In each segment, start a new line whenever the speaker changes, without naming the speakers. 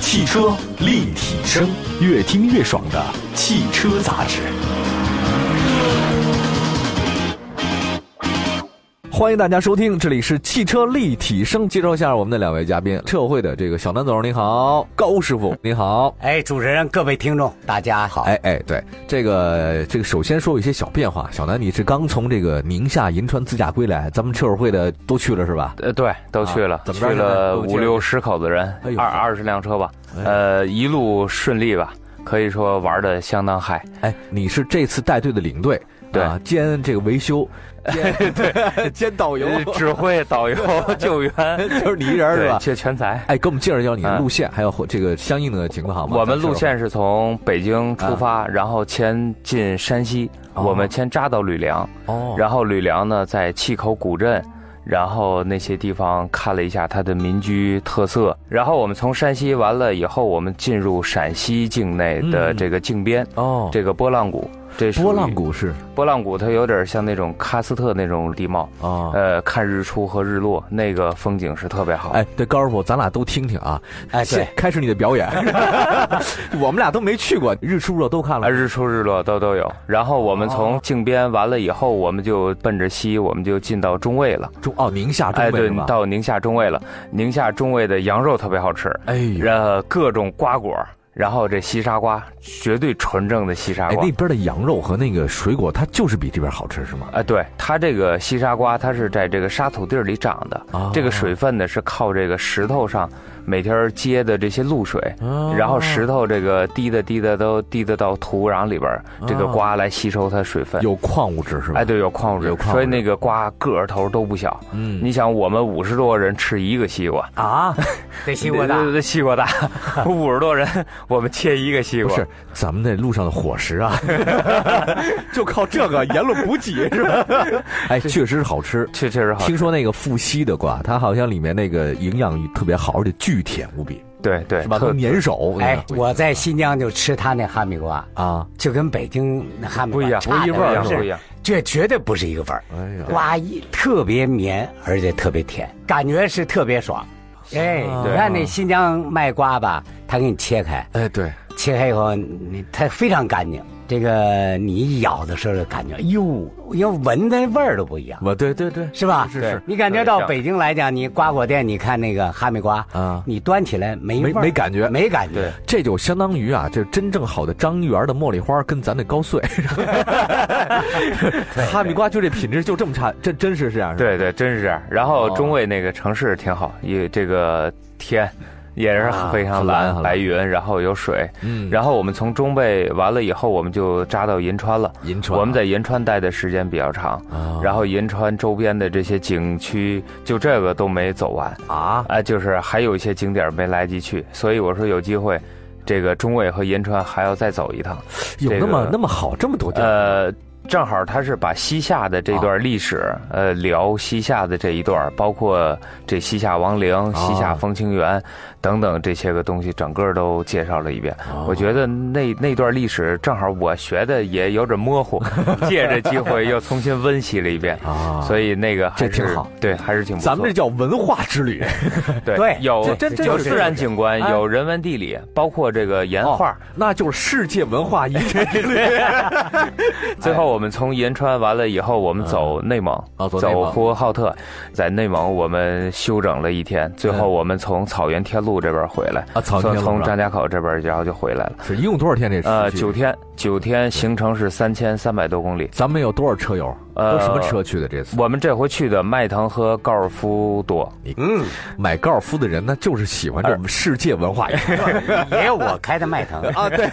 汽车立体声，越听越爽的汽车杂志。
欢迎大家收听，这里是汽车立体声。介绍一下我们的两位嘉宾，车友会的这个小南总您好，高师傅您好。
哎，主持人，各位听众，大家好。
哎哎，对，这个这个，首先说一些小变化。小南，你是刚从这个宁夏银川自驾归来，咱们车友会的都去了是吧？
呃，对，都去了，
啊怎么着
去了
现在
五六十口子人
哎，呦
二二十辆车吧，
哎
呃，一路顺利吧，可以说玩的相当嗨。
哎，你是这次带队的领队，
对
啊，兼这个维修，兼 对，兼导游，
呃指挥、导 游、救援，
就是你一人哎是
对，
吧？
全全才。
哎，给我们介绍介绍你的
嗯
路线，还有这个相应的情况好吗？
我们
咱
路
们车友会
线是从北京出发，然后先进山西，
啊哦
我们先扎到吕梁，
哦，
然后吕梁呢在气口古镇。然后那些地方看了一下它的民居特色，然后我们从山西完了以后，我们进入陕西境内的
嗯
这个靖边，
哦，
这个波浪谷，这属于
波浪谷是
波浪谷它有点像那种喀斯特那种地貌，
啊。
呃，看日出和日落，那个风景是特别好。
哎，对，高师傅，咱俩都听听啊。
哎，对
先，开始你的表 演。我们俩都没去过，日出日落都看
啊，
了。
日出日落都都有。然后我们从靖边完了以后，我们就奔着西，我们就进到中卫了。
中哦，宁夏中
哎，
卫
对
是吧？，
到宁夏中卫了。宁夏中卫的羊肉特别好吃，
哎呦，
然后各种瓜果，然后这西沙瓜，绝对纯正的西沙
哎，
瓜
那。边的羊肉和那个水果，它就是比这边好吃是吗？
啊，对，它这个西沙瓜，它是在这个沙土地儿里长的，
哦
这个水分呢是靠这个石头上每天接的这些露水，
哦
然后石头这个滴的滴的都滴的到土壤里边儿，这个
哦
瓜来吸收它水分。
有矿物质是吧？
哎，，对，有矿物质
有，矿物质
所以那个瓜个儿头都不小。
嗯，
你想，我们五十多人吃一个西瓜，
啊，
这西瓜大
对，对对西 瓜大，五十多人我们切一个西
不
瓜，
是，咱们那路上的伙食啊，就靠这个言论补给是吧？ 哎，确实是好吃。
确确实好。
听说那个富硒的瓜，它好像里面那个营养特别好，而且巨甜无比，
对对，
是吧？
哎特
能粘手。
哎，
那个
我在新疆就吃他那哈密瓜，
啊，
就跟北京那哈密瓜
不一样，
差
不一
点
味儿，
就
不一
是
样。
这绝对不是一个味儿。
哎呀，
瓜一特别绵，而且特别甜，感觉是特别爽。哎，
对
你看那新疆卖瓜吧，他给你切开，
哎，对，
切开以后，你它非常干净。这个你一咬的时候就感觉，哎哟，要闻的味儿都不一样。
我对对对，
是吧？
是
对
是
你感觉
特别
到
像
北京来讲，你瓜果店，你看那个哈密瓜
啊
你端起来没
没
味儿
没感觉
没感觉
对。
这就相当于啊，这真正好的张园的茉莉花跟咱那高碎，哈密瓜就这品质就这么差，真真是这样。，
对对，真是这样。然后
哦
中卫那个城市挺好，也这个天也是
啊
非
很
常
蓝
蓝，
很蓝
白云，然后有水。
嗯，
然后我们从中卫完了以后，我们就扎到银川了。
银川啊，
我们在银川待的时间比较长，
啊，
然后银川周边的这些景区，就这个都没走完，
啊，
哎，就是还有一些景点没来及去，所以我说有机会，这个中卫和银川还要再走一趟。
有那么
这个
那么好，这么多地儿，
呃，正好他是把西夏的这
哦
段历史，呃，聊西夏的这一段，包括这西夏王
哦
陵、西夏风情园等等这些个东西，整个都介绍了一遍。
哦
我觉得那那段历史正好我学的也有点 模糊，借着机会又重新温习了一遍。
啊，
所以那个还
这挺
是
好，
对，还是挺不错。
咱们这叫文化之旅，
对
对
有
这这
有
这
自然景观，
哎哦
有人文地理，包括这个岩画，
那就是世界文化遗产之 旅
最后我们从银川完了以后，我们走内蒙，
哦走内蒙
走呼和浩特，在内蒙我们休整了一天，最后我们从草原天路这边回来，
啊，草原
从
天路
从张
上
家口这边然后就回来了。
是一共多少天这次？
呃，九，天，九天行程是三千三百多公里。
咱们有多少车友？
呃
都什么车去的这次？
我们这回去的迈腾和高尔夫多，
嗯，
买高尔夫的人呢，就是喜欢这种世界文化遗产
也有我开的迈腾，
啊，对，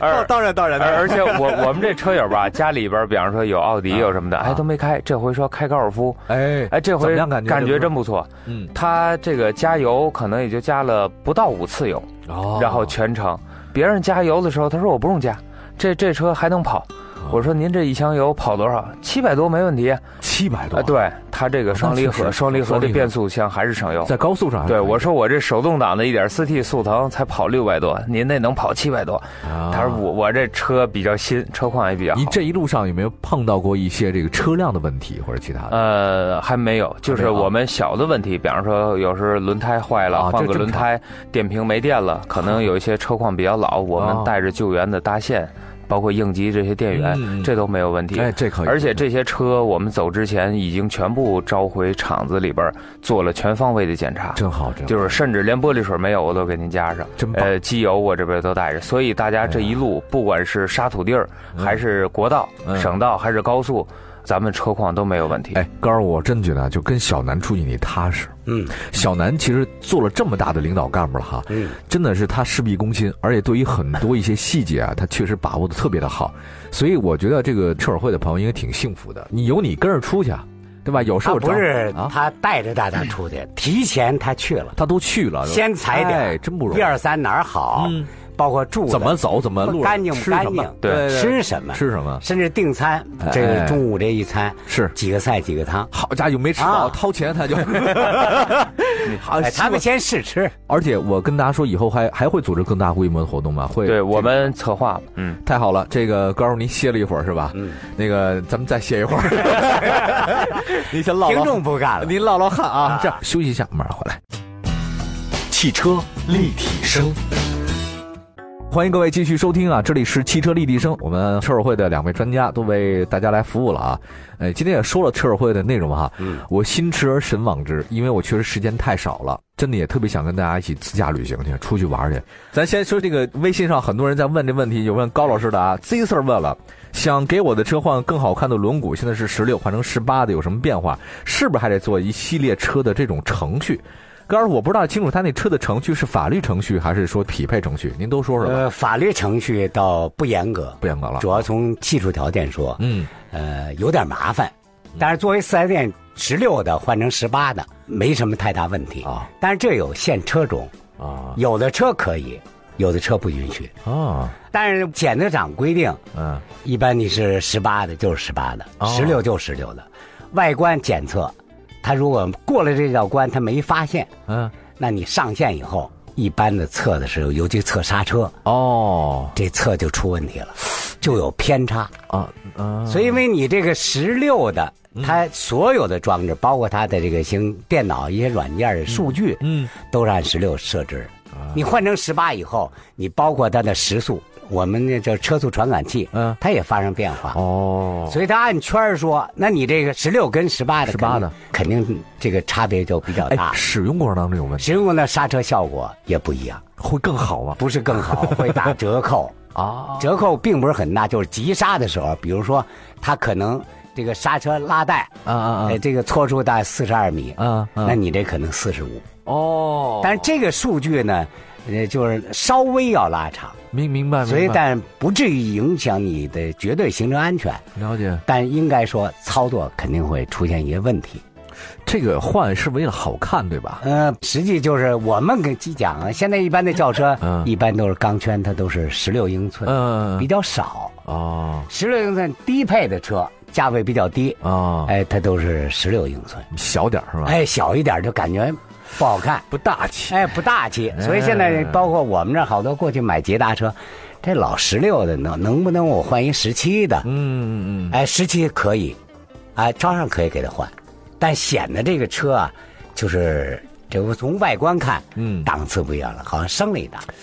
而
当然当然
而而且我我们这车 友吧，家里边比方说有奥迪有什么的，哎都没开，这回说开高尔夫，
哎
哎这
嗯怎
回
么样感觉
感
这
觉
个
真不错，
嗯，
他这个加油可能也就加了不到五次油，
哦
然后全程，别人加油的时候，他说我不
哦
用加，这这车还能跑。我说您这一箱油跑多少？七百多没问题。
七百多
啊，，对它这个双离
那确实
合，双离合
双离
这
合
变速箱还是省油。
在高速上还可以。
对，我说我这手动挡的 1.4T 速腾才跑六百多，您那能跑七百多。
啊
他说我我这车比较新，车况也比较好
您。这一路上有没有碰到过一些这个车辆的问题或者其他的？
呃，还没有，就
还
是
没有
我们小的问题，比方说有时候轮胎坏了，
啊
换
这
个
正
轮
常
胎，电瓶没电了，可能有一些车况比较老，我
哦
们带着救援的搭线，包括应急这些电源，
嗯
这都没有问题。
哎，这可以。
而且这些车我们走之前已经全部召回厂子里边儿做了全方位的检查，
真好，真好
就是甚至连玻璃水没有我都给您加上，
真棒
呃，机油我这边都带着，所以大家这一路不管是沙土地儿，
哎嗯
还是国道、
嗯
省道，还是高速，咱们车况都没有问题。
哎，高儿，我真觉得啊就跟小南出去你踏实。
嗯
小南其实做了这么大的领导干部了哈，
嗯，
真的是他事必躬亲，而且对于很多一些细节啊，他确实把握的特别的好，所以我觉得这个车友会的朋友应该挺幸福的。你有你跟着出去，啊，对吧？有时
他
候
不是
啊，
他带着大家出 去，提前他去了，
他都去了，
先踩点
哎
儿，
真不容易
一。二三哪儿好
嗯，
包括住的
怎么走，怎么路上
干净不
吃什
干
么
净，
对
吃什么，
吃什么？
甚至订餐，这
哎
个中午这一餐
是
几个菜几个汤，
好家伙，没吃饱，
啊
掏钱 他就。 好，
哎，他们先试吃，
而且我跟大家说，以后还还会组织更大规模的活动吗？会。
对我们策划，嗯，
太好了，这个高叔您歇了一会儿是吧？嗯，那个咱们再歇一会儿， 您先唠
听
唠，
众不干了。
您唠唠汗啊，这样休息一下，马上回来。
汽车立体声，
欢迎各位继续收听啊，这里是汽车立体声，我们车友会的两位专家都为大家来服务了啊。呃，今天也说了车友会的内容哈、
嗯
我心驰而神往之，因为我确实时间太少了，真的也特别想跟大家一起自驾旅行去，出去玩去。咱先说这个微信上很多人在问这问题，有问高老师的啊，Z Sir 问了，想给我的车换更好看的轮毂，现在是十六换成十八的，有什么变化？是不是还得做一系列车的这种程序？高老师，我不知道清楚他那车的程序是法律程序还是说匹配程序，您都说说吧。
呃，法律程序倒不严格，
不严格了
主。要从技术条件说，
嗯，
呃，有点麻烦。但是作为四 S 店十六的换成十八的，没什么太大问题
啊。
但是这有限车种，
啊
有的车可以，有的车不允许。
啊，
但是检测厂规定，
嗯，
一般你是十八的就是十八的
哦，
十六就是十六的。外观检测，他如果过了这道关，他没发现，
嗯，
那你上线以后，一般的测的时候，尤其测刹车，
哦，
这测就出问题了，就有偏差。
啊啊，
所以，因为你这个十六的，它所有的装置，包括它的这个行电脑一些软件的数据，
嗯，啊
都是按十六设置的。你换成十八以后，你包括它的时速，我们那叫车速传感器，
嗯
它也发生变化。
哦，
所以它按圈儿说，那你这个十六跟十八的，
18的
肯定肯定这个差别就比较
哎，
大。
使用过程当中有问题
使用的刹车效果也不一样，
会更好吗？
不是更好，会打 折扣。
啊，
折扣并不是很大，就是急刹的时候，比如说它可能这个刹车拉带，
啊啊
呃，这个搓出大概四十二米，
啊啊，
那你这可能四十五。
哦，
哎但是这个数据呢，呃，就是稍微要拉长，
明明白，
所以
明白
但不至于影响你的绝对行车安全，
了解
但应该说操作肯定会出现一些问题。
这个换是为了好看对吧？
呃，实际就是我们给机讲啊，现在一般的轿车
嗯
一般都是钢圈，它都是十六英寸，
嗯
比较少。
哦
十六英寸低配的车价位比较低，
哦，
哎，它都是十六英寸，
小点儿是吧？，
哎，小一点就感觉不好看，
不大气，
哎，不大气。所以现在
嗯
包括我们这儿好多过去买捷达车，这老十六的能能不能我换一十七的？
嗯嗯嗯，
哎，十七可以，哎，照样可以给他换，但显得这个车啊，就是这我从外观看，
嗯
档次不一样了，好像升了一档。哎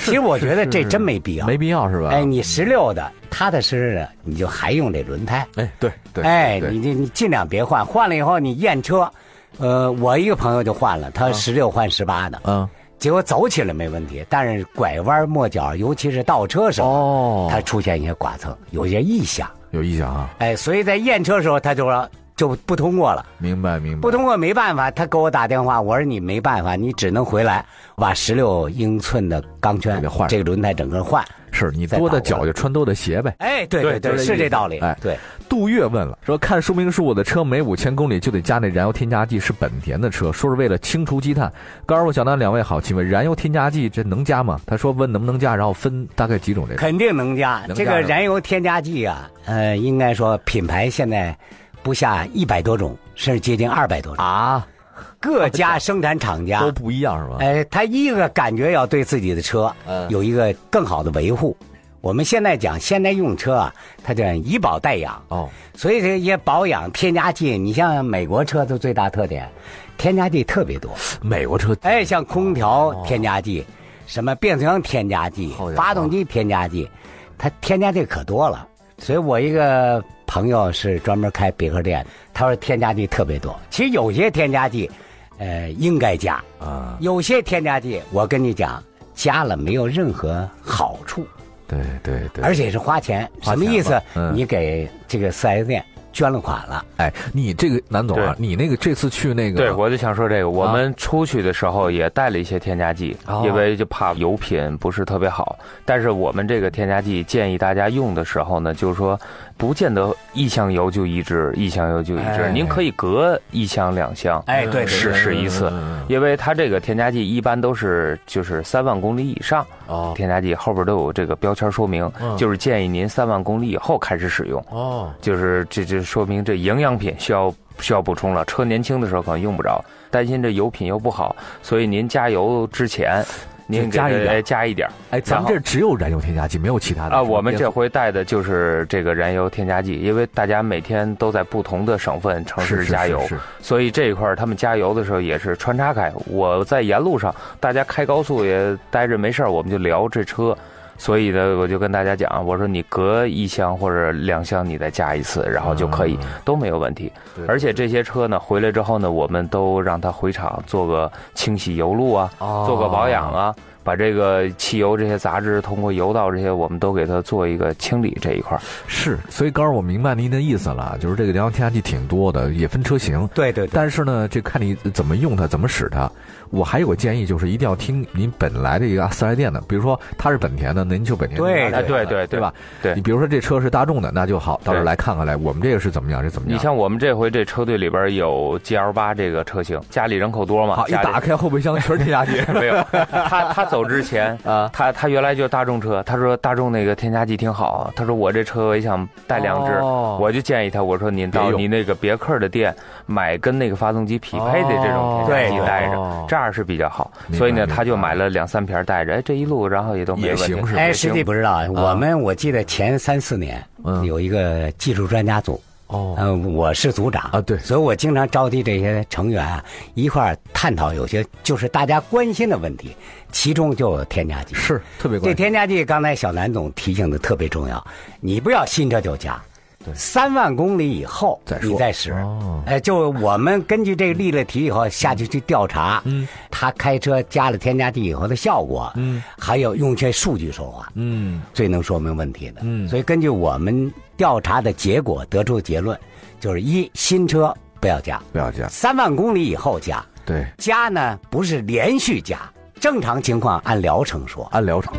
其实我觉得这真没必要。
没必要是吧？
哎，你十六的踏踏实实的，你就还用这轮胎。
哎，对对，
哎，
对
你这你尽量别换，换了以后你验车，呃，我一个朋友就换了，他十六换十八的，
嗯
结果走起来没问题，但是拐弯抹角，尤其是倒车时候，
哦，
它出现一些剐蹭，有一些异响，
有意向啊，
哎，所以在验车时候他就说就不通过了，
明白明白，
不通过没办法，他给我打电话，我说你没办法，你只能回来把十六英寸的钢圈
给它换上
这个轮胎整个换，
是你
再
多的
打过
脚
来
就穿多的鞋呗。
哎，对
对
对
就这
是
意思
这道理，
哎
对，
杜月问了，说看说明书，我的车每五千公里就得加那燃油添加剂，是本田的车，说是为了清除积碳。高尔夫小南两位好，请问燃油添加剂这能加吗？他说问能不能加，然后分大概几种这个。
肯定能加
能加
这个燃油添加剂啊，呃，应该说品牌现在不下一百多种，甚至接近二百多种。
啊，
各家生产厂家
都不一样是吧？
哎，他一个感觉要对自己的车
嗯
有一个更好的维护。我们现在讲现在用车啊，它叫以保代养，
哦，
所以这些保养添加剂，你像美国车的最大特点，添加剂特别多。
美国车
哎，像空调添加剂，什么变速箱添加剂
好家伙、
发动机添加剂，它添加剂可多了。所以我一个朋友是专门开别克店，他说添加剂特别多。其实有些添加剂，呃，应该加；
啊，
有些添加剂，我跟你讲，加了没有任何好处，
对对对，
而且是花钱。
花
什
钱
么意思
了？嗯
你给这个四 S 店捐了款了。
哎，你这个南总啊，你那个这次去那个，啊
对，我就想说这个，我们出去的时候也带了一些添加剂，
哦
因为就怕油品不是特别好。但是我们这个添加剂建议大家用的时候呢，就是说不见得一箱油就一支，一箱油就一支，
哎
您可以隔一箱两箱。
哎，对，
试试一次，哦因为它这个添加剂一般都是就是三万公里以上，
哦
添加剂后边都有这个标签说明，
嗯
就是建议您三万公里以后开始使用。
哦，
就是这这说明这营养品需要需要补充了。车年轻的时候可能用不着，担心这油品又不好，所以您加油之前，您
加一
给它
点
哎加一点儿
哎，咱们这只有燃油添加剂，没有其他的
啊。我们这回带的就是这个燃油添加剂，因为大家每天都在不同的省份城
是
市加油，所以这一块儿他们加油的时候也是穿插开。我在沿路上，大家开高速也待着没事儿，我们就聊这车。所以呢，我就跟大家讲，我说你隔一箱或者两箱你再加一次，然后就可
嗯
以、都没有问题。而且这些车呢，回来之后呢，我们都让它回厂做个清洗油路啊，
哦
做
做
个保养，啊，把这个汽油这些杂质通过油道这些，我们都给它做一个清理这一块儿。
是，所以刚刚我明白您的意思了，就是这个燃油添加剂挺多的，也分车型。
对对对。
但是呢，这看你怎么用它，怎么使它。我还有个建议，就是一定要听您本来的一个四 S 店的，比如说它是本田的，那您就本田
对
的
对对对
对吧？
对
你比如说这车是大众的，那就好，到时候
对
来看看来，我们这个是怎么样，这怎么
你
样？
像我们这回这车队里边有 GL 八这个车型，家里人口多嘛，
好，一
家里
打开后备箱全是添加剂
没有，他他走之前，
啊，
他他原来就是大众车，他说大众那个添加剂挺好，他说我这车我也想 带两只，
哦
我就建议他，我说您到
别用
你那个别克的店买跟那个发动机匹配的这种
哦
添加剂带
哦
着，这样是比较好。
明白
所以呢，
明白
他就买了两三瓶带着，哎，这一路然后也都没
也
问题。
行是吧
哎，
也
实
行
际不知道，我们我记得前三四年、
嗯
有一个技术专家组，
哦，
嗯、我是组长
啊对
所以我经常召集这些成员啊一块儿探讨有些就是大家关心的问题，其中就有添加剂。
是特别关
这
键。
添加剂，刚才小南总提醒的特别重要，你不要新车就加，三万公里以后
再说
你再使。
哦
哎，就我们根据这个例例题以后下去去调查，嗯，他开车加了添加剂以后的效果，嗯，还有用这数据说话，
嗯，
最能说明问题的。
嗯
所以根据我们调查的结果得出的结论，就是一新车不要加，
不要加，
三万公里以后加，
对，
加呢不是连续加，正常情况按疗程说。
按疗程。